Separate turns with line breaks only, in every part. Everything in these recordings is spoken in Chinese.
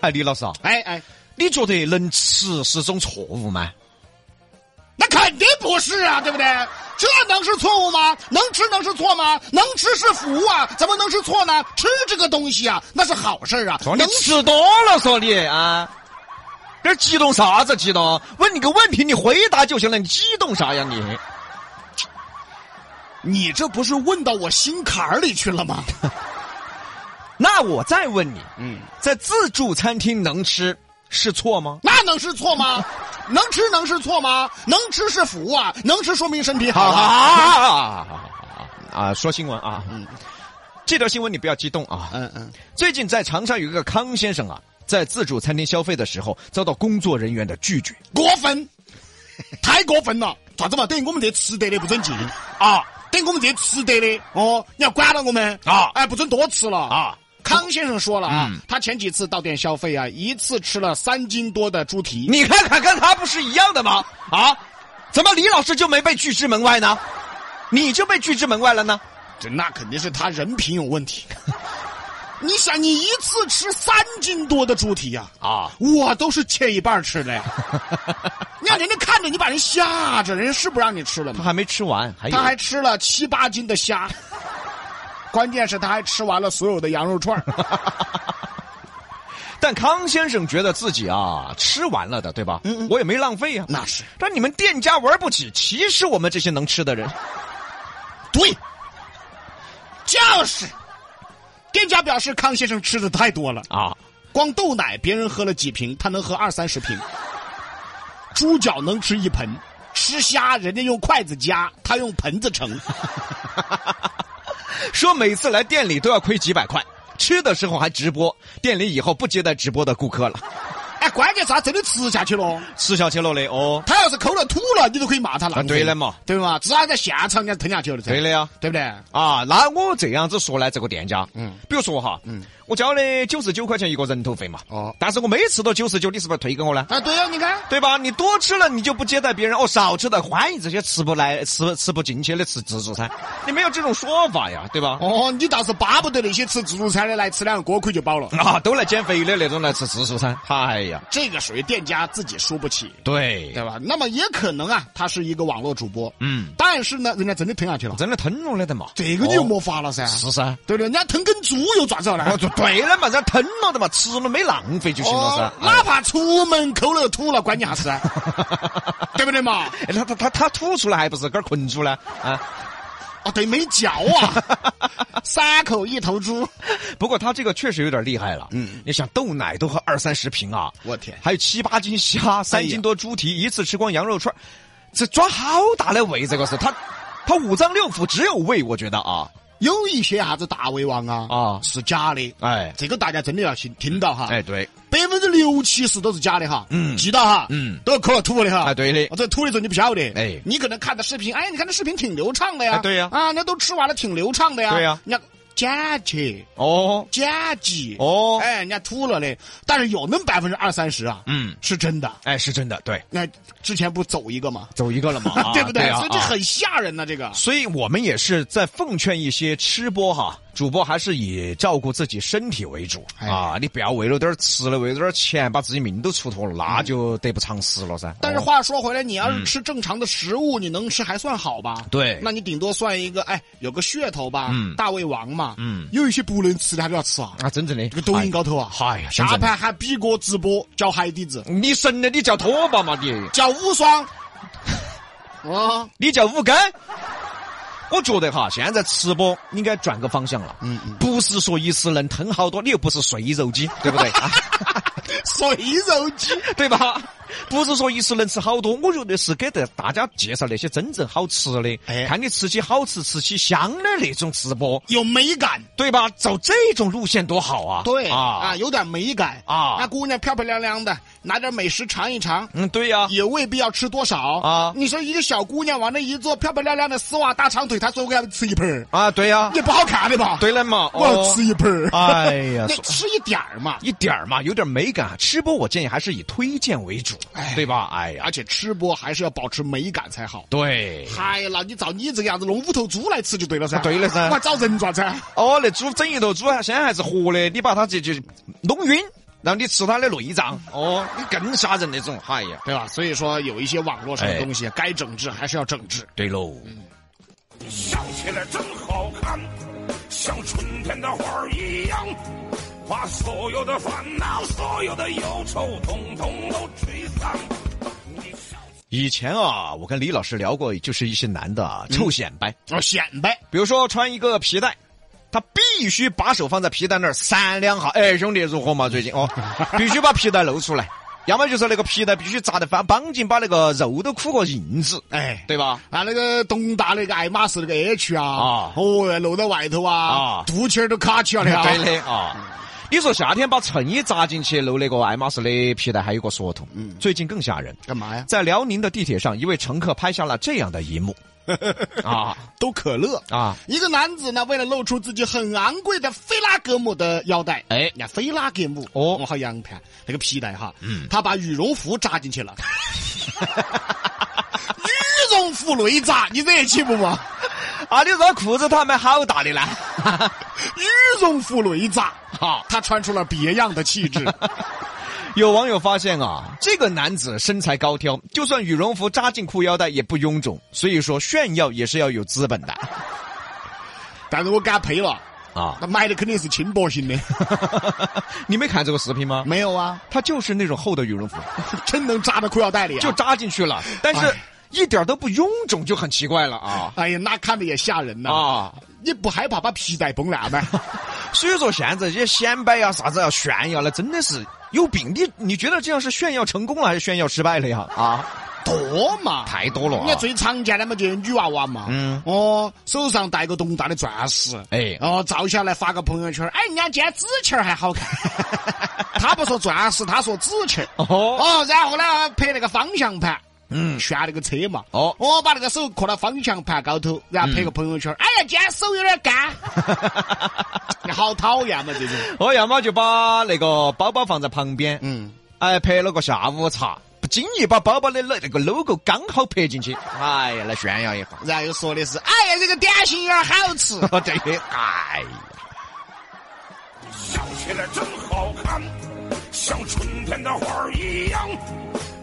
哎，李老师啊，
哎哎，
你觉得能吃是种错误吗？
那肯定不是啊，对不对？这能是错误吗？能吃能是错吗？能吃是福啊，怎么能是错呢？吃这个东西啊，那是好事啊。
你
能
吃多了，说你啊，这儿激动啥子激动？问你个问题，你回答就行了，你激动啥呀你？
你这不是问到我心坎儿里去了吗？
那我再问你，
嗯，
在自助餐厅能吃是错吗？
那能是错吗？能吃能是错吗？能吃是福啊，能吃说明身体好啊。
啊！说新闻啊，
嗯
这条新闻你不要激动啊。
嗯嗯，
最近在长沙有一个康先生啊，在自助餐厅消费的时候遭到工作人员的拒绝。
过分，太过分了！啊咋子嘛？等于我们这吃得的不准进啊，等于我们这吃得的哦，你要管了我们
啊
哎，不准多吃了
啊。
康先生说了啊，
嗯
他前几次到店消费啊，一次吃了三斤多的猪蹄。
你看看跟他不是一样的吗？啊，怎么李老师就没被拒之门外呢？你就被拒之门外了呢？
这那肯定是他人品有问题。 你想，你一次吃三斤多的猪蹄呀、
啊，
我都是切一半儿吃的 呀。你看人家看着你，把人吓着，人家是不让你吃了
他
吗？
还没吃完，还有
他还吃了七八斤的虾，关键是他还吃完了所有的羊肉串 儿
但康先生觉得自己啊吃完了的，对吧？
嗯嗯
我也没浪费呀、啊
那是
但你们店家玩不起，歧视我们这些能吃的人。
对，就是。店家表示，康先生吃的太多了，
啊，
光豆奶别人喝了几瓶，他能喝二三十瓶；猪脚能吃一盆，吃虾人家用筷子夹，他用盆子盛。
说每次来店里都要亏几百块，吃的时候还直播，店里以后不接待直播的顾客了。
哎，关键是他真的吃下去了。
吃下去了嘞，哦，
他要是抠了吐了，你都可以骂他浪费。
啊对了嘛，
对嘛，至少在现场人家吞下去了噻。
对了呀。
对不对？
啊，那我这样子说呢，这个店家，嗯
嗯，
比如说哈，嗯
嗯，
我交的九十九块钱一个人头费嘛，哦
哦，
但是我没吃到九十九，你是不是退给我呢？
啊，对呀、你看，
对吧？你多吃了，你就不接待别人哦；少吃的，欢迎这些吃不来、吃吃不进去的吃自助餐。你没有这种说法呀，对吧？
哦，你倒是巴不得那些吃自助餐的来吃两个锅盔就饱了。
啊，都来减肥的那种来吃自助餐，哎呀，
这个属于店家自己输不起，
对，
对吧？那么也可能啊，他是一个网络主播，
嗯，
但是呢，人家真的吞下去了，
真的吞了的嘛，
这个你就哦
哦
没法了噻。
是噻。
对不对？人家吞根猪又咋子了
哦，
呢？
就对了嘛，人家吞了的嘛，吃了没浪费就行了噻。哎
哦哪怕出门抠了吐了，关你 啥事啊？对不对嘛？
哎，他他他他吐出来还不是根儿困住呢？啊，
啊，对，没嚼啊， 三口一头猪。
不过他这个确实有点厉害了。嗯，你想豆奶都喝二三十瓶啊，
我天
还有七八斤虾、三斤多猪蹄，一次吃光羊肉串儿，这抓好大的胃，这个是他，他五脏六腑只有胃，我觉得啊，
有一些啥子大胃王啊
啊
是假的，
哎
这个大家真的要听听到哈，
哎对，
百分之六七十都是假的哈，
嗯
记到哈，
嗯
都要抠了吐的哈，
啊对的
我这吐的时候你不晓得，
哎
你可能看的视频，哎，你看这视频挺流畅的呀，
哎对呀
啊，那都吃完了挺流畅的呀，
对呀
人家捡起
哦，
捡起，
哦
哎，人家吐了嘞，但是有那么百分之二三十啊，
嗯，
是真的，
哎是真的，对，
那之前不走一个吗？
走一个了 嘛，啊
对不对？
啊
所以这
啊哦
很吓人呐、这个。
所以我们也是在奉劝一些吃播哈，主播还是以照顾自己身体为主、
哎
啊！你不要为了点儿吃了，为了点儿钱，把自己命都出脱了，那就得不偿失了噻。
但是
哦
话说回来，你要是吃正常的食物，你能吃还算好吧？
对
那你顶多算一个，哎，有个噱头吧，
嗯
大胃王嘛，
嗯
有一些不能吃的还都要吃啊。
啊，真正的
这个抖音高头啊，
嗨呀真
下
正的
盘喊比哥直播叫海底子，
哎你神了，你叫拖把嘛你，
叫无 双，啊，
你叫五根。我觉得哈，现在吃播应该转个方向了，
嗯嗯
不是说一次能吞好多，你又不是碎肉机，对不 对？啊
碎肉鸡，
对吧？不是说一次能吃好多，我觉得是给大大家介绍那些真正好吃的，
哎
看你吃起好吃、吃起香的那种直播，
有美感，
对吧？走这种路线多好啊！
对
啊，
有点美感
啊
那姑娘漂漂亮亮的，拿点美食尝一尝，
嗯，对呀、
也未必要吃多少
啊
你说一个小姑娘往那一坐，漂漂亮亮的丝袜大长腿，她说我要吃一盆儿，
啊，对呀、
也不好看的吧？
对了嘛，
我要吃
一，
一盆儿。
哎呀，
那
说
吃一点儿嘛，
一点儿嘛，有点美感。吃播我建议还是以推荐为主，
哎
对吧？哎呀
而，且吃播还是要保持美感才好。
对。
嗨了，你照你这个样子弄五头猪来吃就对了噻。
对了噻
我还找人爪子啊？
啊哦，那猪整一头猪，现在还是活的，你把它这就弄晕，让你吃它的内脏，哦，你更吓人那种。哎呀，
对吧？所以说有一些网络上的东西，该整治还是要整治。
对喽，
笑起来真好看，像春天的花儿一样，把所有的烦恼、所有的忧愁，统统都吹散。你笑
以前啊，我跟李老师聊过，就是一些男的啊，臭显摆，
哦，显摆，
比如说穿一个皮带，他必须把手放在皮带那儿扇两下。哎，兄弟，如何嘛？最近哦，必须把皮带露出来，要么就是那个皮带必须扎得绑绑紧，把那个肉都箍个硬直，
哎，
对吧？
啊，那个东大那个爱马仕那个 H 啊，
啊
哦哟，露到外头啊，
啊
肚脐儿都卡起了的 啊，
对的啊。你说夏天把衬衣扎进去，露那个爱马仕的皮带，还有个说头。嗯，最近更吓人，
干嘛呀？
在辽宁的地铁上，一位乘客拍下了这样的一 幕。啊
都可乐
啊！
一个男子呢，为了露出自己很昂贵的菲拉格慕的腰带，
哎
你看菲拉格慕
哦
我好洋盘那个皮带哈，嗯，他把羽绒服扎进去了，羽绒服内扎， 你惹气不嘛？
啊，你这裤子他们好大的呢！
羽绒服内扎，
哈，
他穿出了别样的 气质，
有网友发现啊，这个男子身材高挑，就算羽绒服扎进裤腰带也不臃肿，所以说炫耀也是要有资本的
但是我给他赔了，
啊。
他买的肯定是轻薄型的，
你没看这个视频吗？
没有啊，
他就是那种厚的羽绒服，
真能扎到裤腰带里啊！
就扎进去了，但是
哎
一点都不臃肿，就很奇怪了啊
哎呀，那看着也吓人呐、
啊！
你不害怕把皮带崩 烂吗？
所以说现在这些显摆呀、啥子要炫耀了，真的是有病。你你觉得这样是炫耀成功了还是炫耀失败了呀？啊，
多嘛，
太多了、
你看
啊。
最常见的嘛，就是女娃娃嘛，
嗯
哦，手上戴个东大的钻石，
哎
哦，照下来发个朋友圈，哎，人家今天指甲儿还 好看，他不说钻石，他说指甲儿。
哦，
哦，然后呢，拍那个方向盘，
嗯，
旋那个车嘛。
哦嗯
我把那个手搁到方向盘高头，然后拍个朋友圈。哎呀，今天手有点 干，你好讨厌嘛这种。
我哦要么就把那个包包放在旁边，
嗯，
哎，拍了个下午茶，不经意把包包的那那个 logo 刚好拍进去，哎呀，来炫耀一下。
然后又说的是，哎呀，这个点心有点 好吃。
哦，对，哎呀，
笑起来真好看，像春天的花儿一样，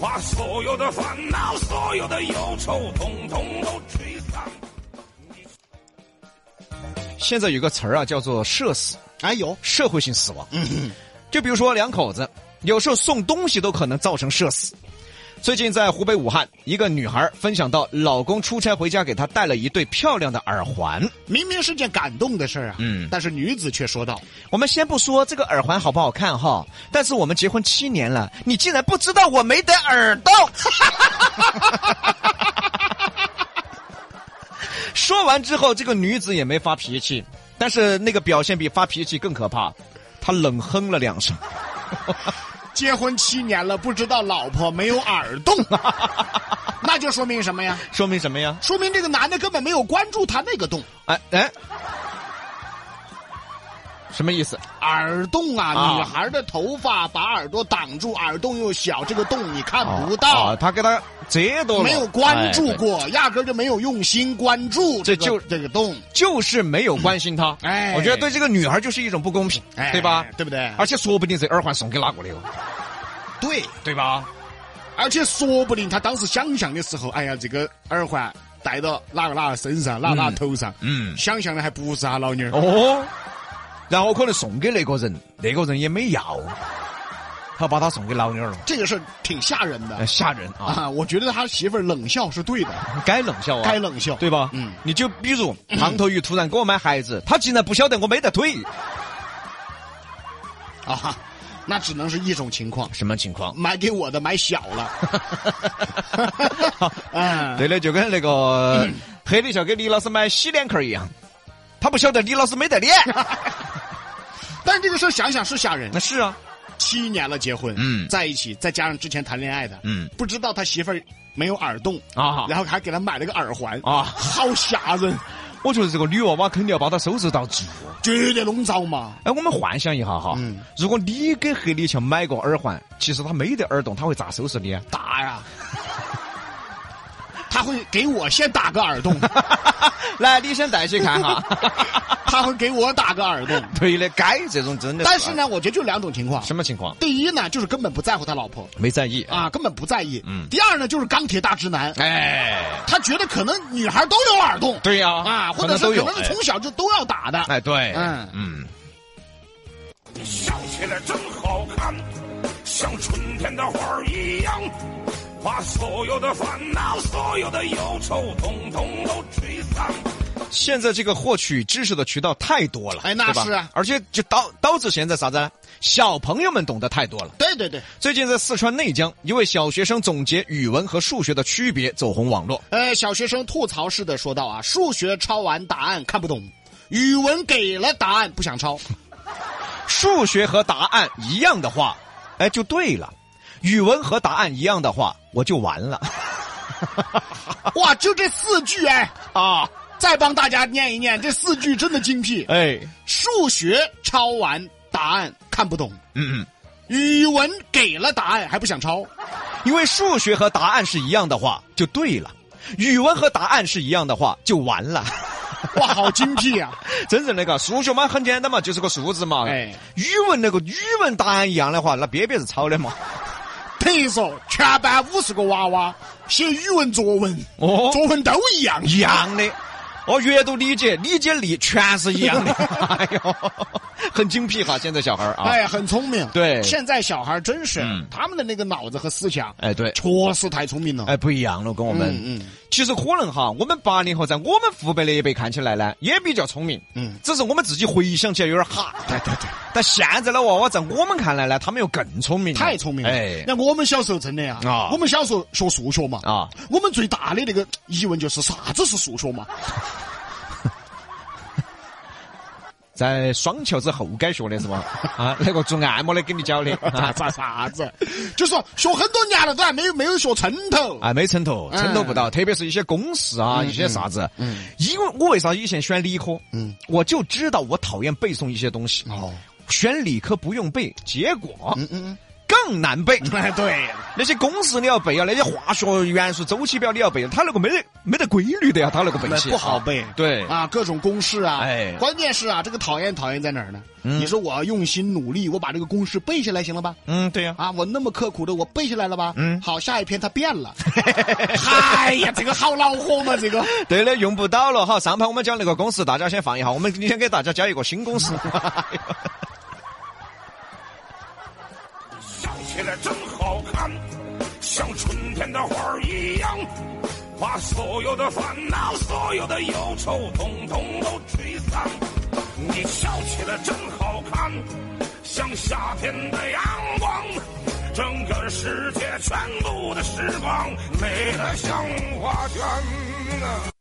把所有的烦恼、所有的忧愁，统统都吹散。
现在有个词儿啊，叫做社死，
哎呦，
社会性死亡。就比如说两口子，有时候送东西都可能造成社死。最近在湖北武汉，一个女孩分享到，老公出差回家给她带了一对漂亮的耳环。
明明是件感动的事儿啊，
嗯
但是女子却说道。
我们先不说这个耳环好不好看哈，但是我们结婚七年了，你竟然不知道我没得耳洞。说完之后，这个女子也没发脾气，但是那个表现比发脾气更可怕，她冷哼了两声。
结婚七年了，不知道老婆没有耳 洞，那就说明什么呀？
说明什么呀？
说明这个男的根本没有关注他那个洞，
哎哎，什么意思？
耳洞啊，
啊
女孩的头发把耳朵挡住，耳洞又小，这个洞你看不
啊，
到，
他给他折多了，
没有关注
哎对
过，压根儿就没有用心关注
这
个
就
这个洞，
就是没有关心她。
哎
我觉得对这个女孩就是一种不公平，嗯
哎
对吧？
对不对？
而且说不定这耳环送给哪个的哟，
对，
对吧？
而且说不定他当时想象的时候，哎呀，这个耳环戴到哪个哪个身上，哪个哪个头上，
嗯，
想象的还不是他老妞儿。
哦，然后可能送给那个人，那个人也没要，他把他送给老妞了，
这个事儿挺吓人的
哎，吓人啊！
啊，我觉得他媳妇儿冷笑是对的，
该冷笑啊，
该冷笑。
对吧？
嗯，
你就比如胖头鱼突然给我买鞋子，他竟然不晓得我没得腿，
啊，那只能是一种情况，
什么情况？
买给我的买小了。嗯，
对的，就跟那 个黑李笑给李老师买洗脸盆一样，他不晓得李老师没得 脸。
但是这个事儿想想是吓人
那，是啊，
七年了结婚，
嗯
在一起，再加上之前谈恋爱的，
嗯
不知道他媳妇儿没有耳洞
啊
然后还给他买了个耳环
啊
好吓人，
我觉得这个女娃娃肯定要把她收拾到住。
绝对笼罩嘛。
哎，我们幻想一下哈，
嗯
如果你给黑李强买个耳环，其实他没得耳洞，他会咋收拾 你？啊
打呀！他会给我先打个耳洞，
来，你先带起看哈。
他会给我打个 耳洞。
对的，该这种真的。
但是，呢，我觉得就两种情况。
什么情况？
第一呢，就是根本不在乎他老婆
没在意啊？
啊，根本不在意。
嗯
第二呢，就是钢铁大直男，
哎，
他觉得可能女孩都有耳洞。
对呀，
啊，
可
或者
能
是
都有
可。能
哎
从小就都要打的。
哎，对，
嗯
嗯，
你笑起来真好看，像春天的花儿一样，把所有的烦恼、所有的忧愁，统统都吹散。
现在这个获取知识的渠道太多了，
哎那
对吧
是啊
而且就刀刀子现在啥子呢？小朋友们懂得太多了。
对对对，
最近在四川内江，一位小学生总结语文和数学的区别，走红网络。
呃，小学生吐槽似的说道啊，数学抄完答案看不懂，语文给了答案不想抄。
数学和答案一样的话，哎，就对了；语文和答案一样的话，我就完了
哇，就这四句哎，
啊！
再帮大家念一念，这四句真的精辟。
哎，
数学抄完答案看不懂，
嗯嗯，
语文给了答案还不想抄，
因为数学和答案是一样的话，就对了；语文和答案是一样的话，就完了。
哇，好精 辟啊！
真正那个数学嘛，很简单嘛，就是个数字嘛。
哎
哎，语文那个语文答案一样的话，那别别是抄的 嘛。
等于说，全班五十个娃娃写语文作文，
哦
作文都一样。
一样的。哦，阅读理解、理解力全是一样 的。哎呦，很精辟哈，现在小孩儿啊。
哎，很聪明。
对
现在小孩真是、
嗯
他们的那个脑子和思想，
哎对
确实太聪明了。
哎，不一样了，跟我们。
嗯嗯
其实可能哈，我们八零后在我们父辈那一辈看起来呢，也比较聪明。
嗯
嗯，只是我们自己回想起来有点哈。
对对对，
但现在的娃娃在我们看来呢，他们又更聪明了，
太聪明了。
哎，
那我们小时候真的呀，
啊
我们小时候学数学嘛，
啊，
我们最大的那个疑问就是啥子是数学 嘛？
在双桥子后街学的 是吧？啊，那个做按摩的给你教的。
啥啥啥子？就是说学很多年了，都还没有没有学成 头。
啊，没撑头，撑头不到，特别是一些公式啊，一些啥子，因为我为啥以前选理科，
嗯
我就知道我讨厌背诵一些东西，
哦，
选理科不用背，结果
嗯嗯，
更难 背。
哎对，
那些公式你要背啊，那些化学元素周期表你要背，啊它那个没得没得规律的呀，它那个背起
不好背。
对，
啊，各种公式啊，
哎
关键是啊，这个讨厌讨厌在哪儿呢？你说我用心努力，我把这个公式背下来行了吧？
嗯，对呀，
啊，我那么刻苦的，我背下来了吧？
嗯
好，下一篇它 变了。哎呀，这个好恼火嘛，这个。
对的，用不到了哈。上盘我们讲那个公式，大家先放一下，我们今天给大家教一个新公式。
笑起来真好看，像春天的花儿一样，把所有的烦恼、所有的忧愁，统统都吹散。你笑起来真好看，像夏天的阳光，整个世界全部的时光美得像画卷啊。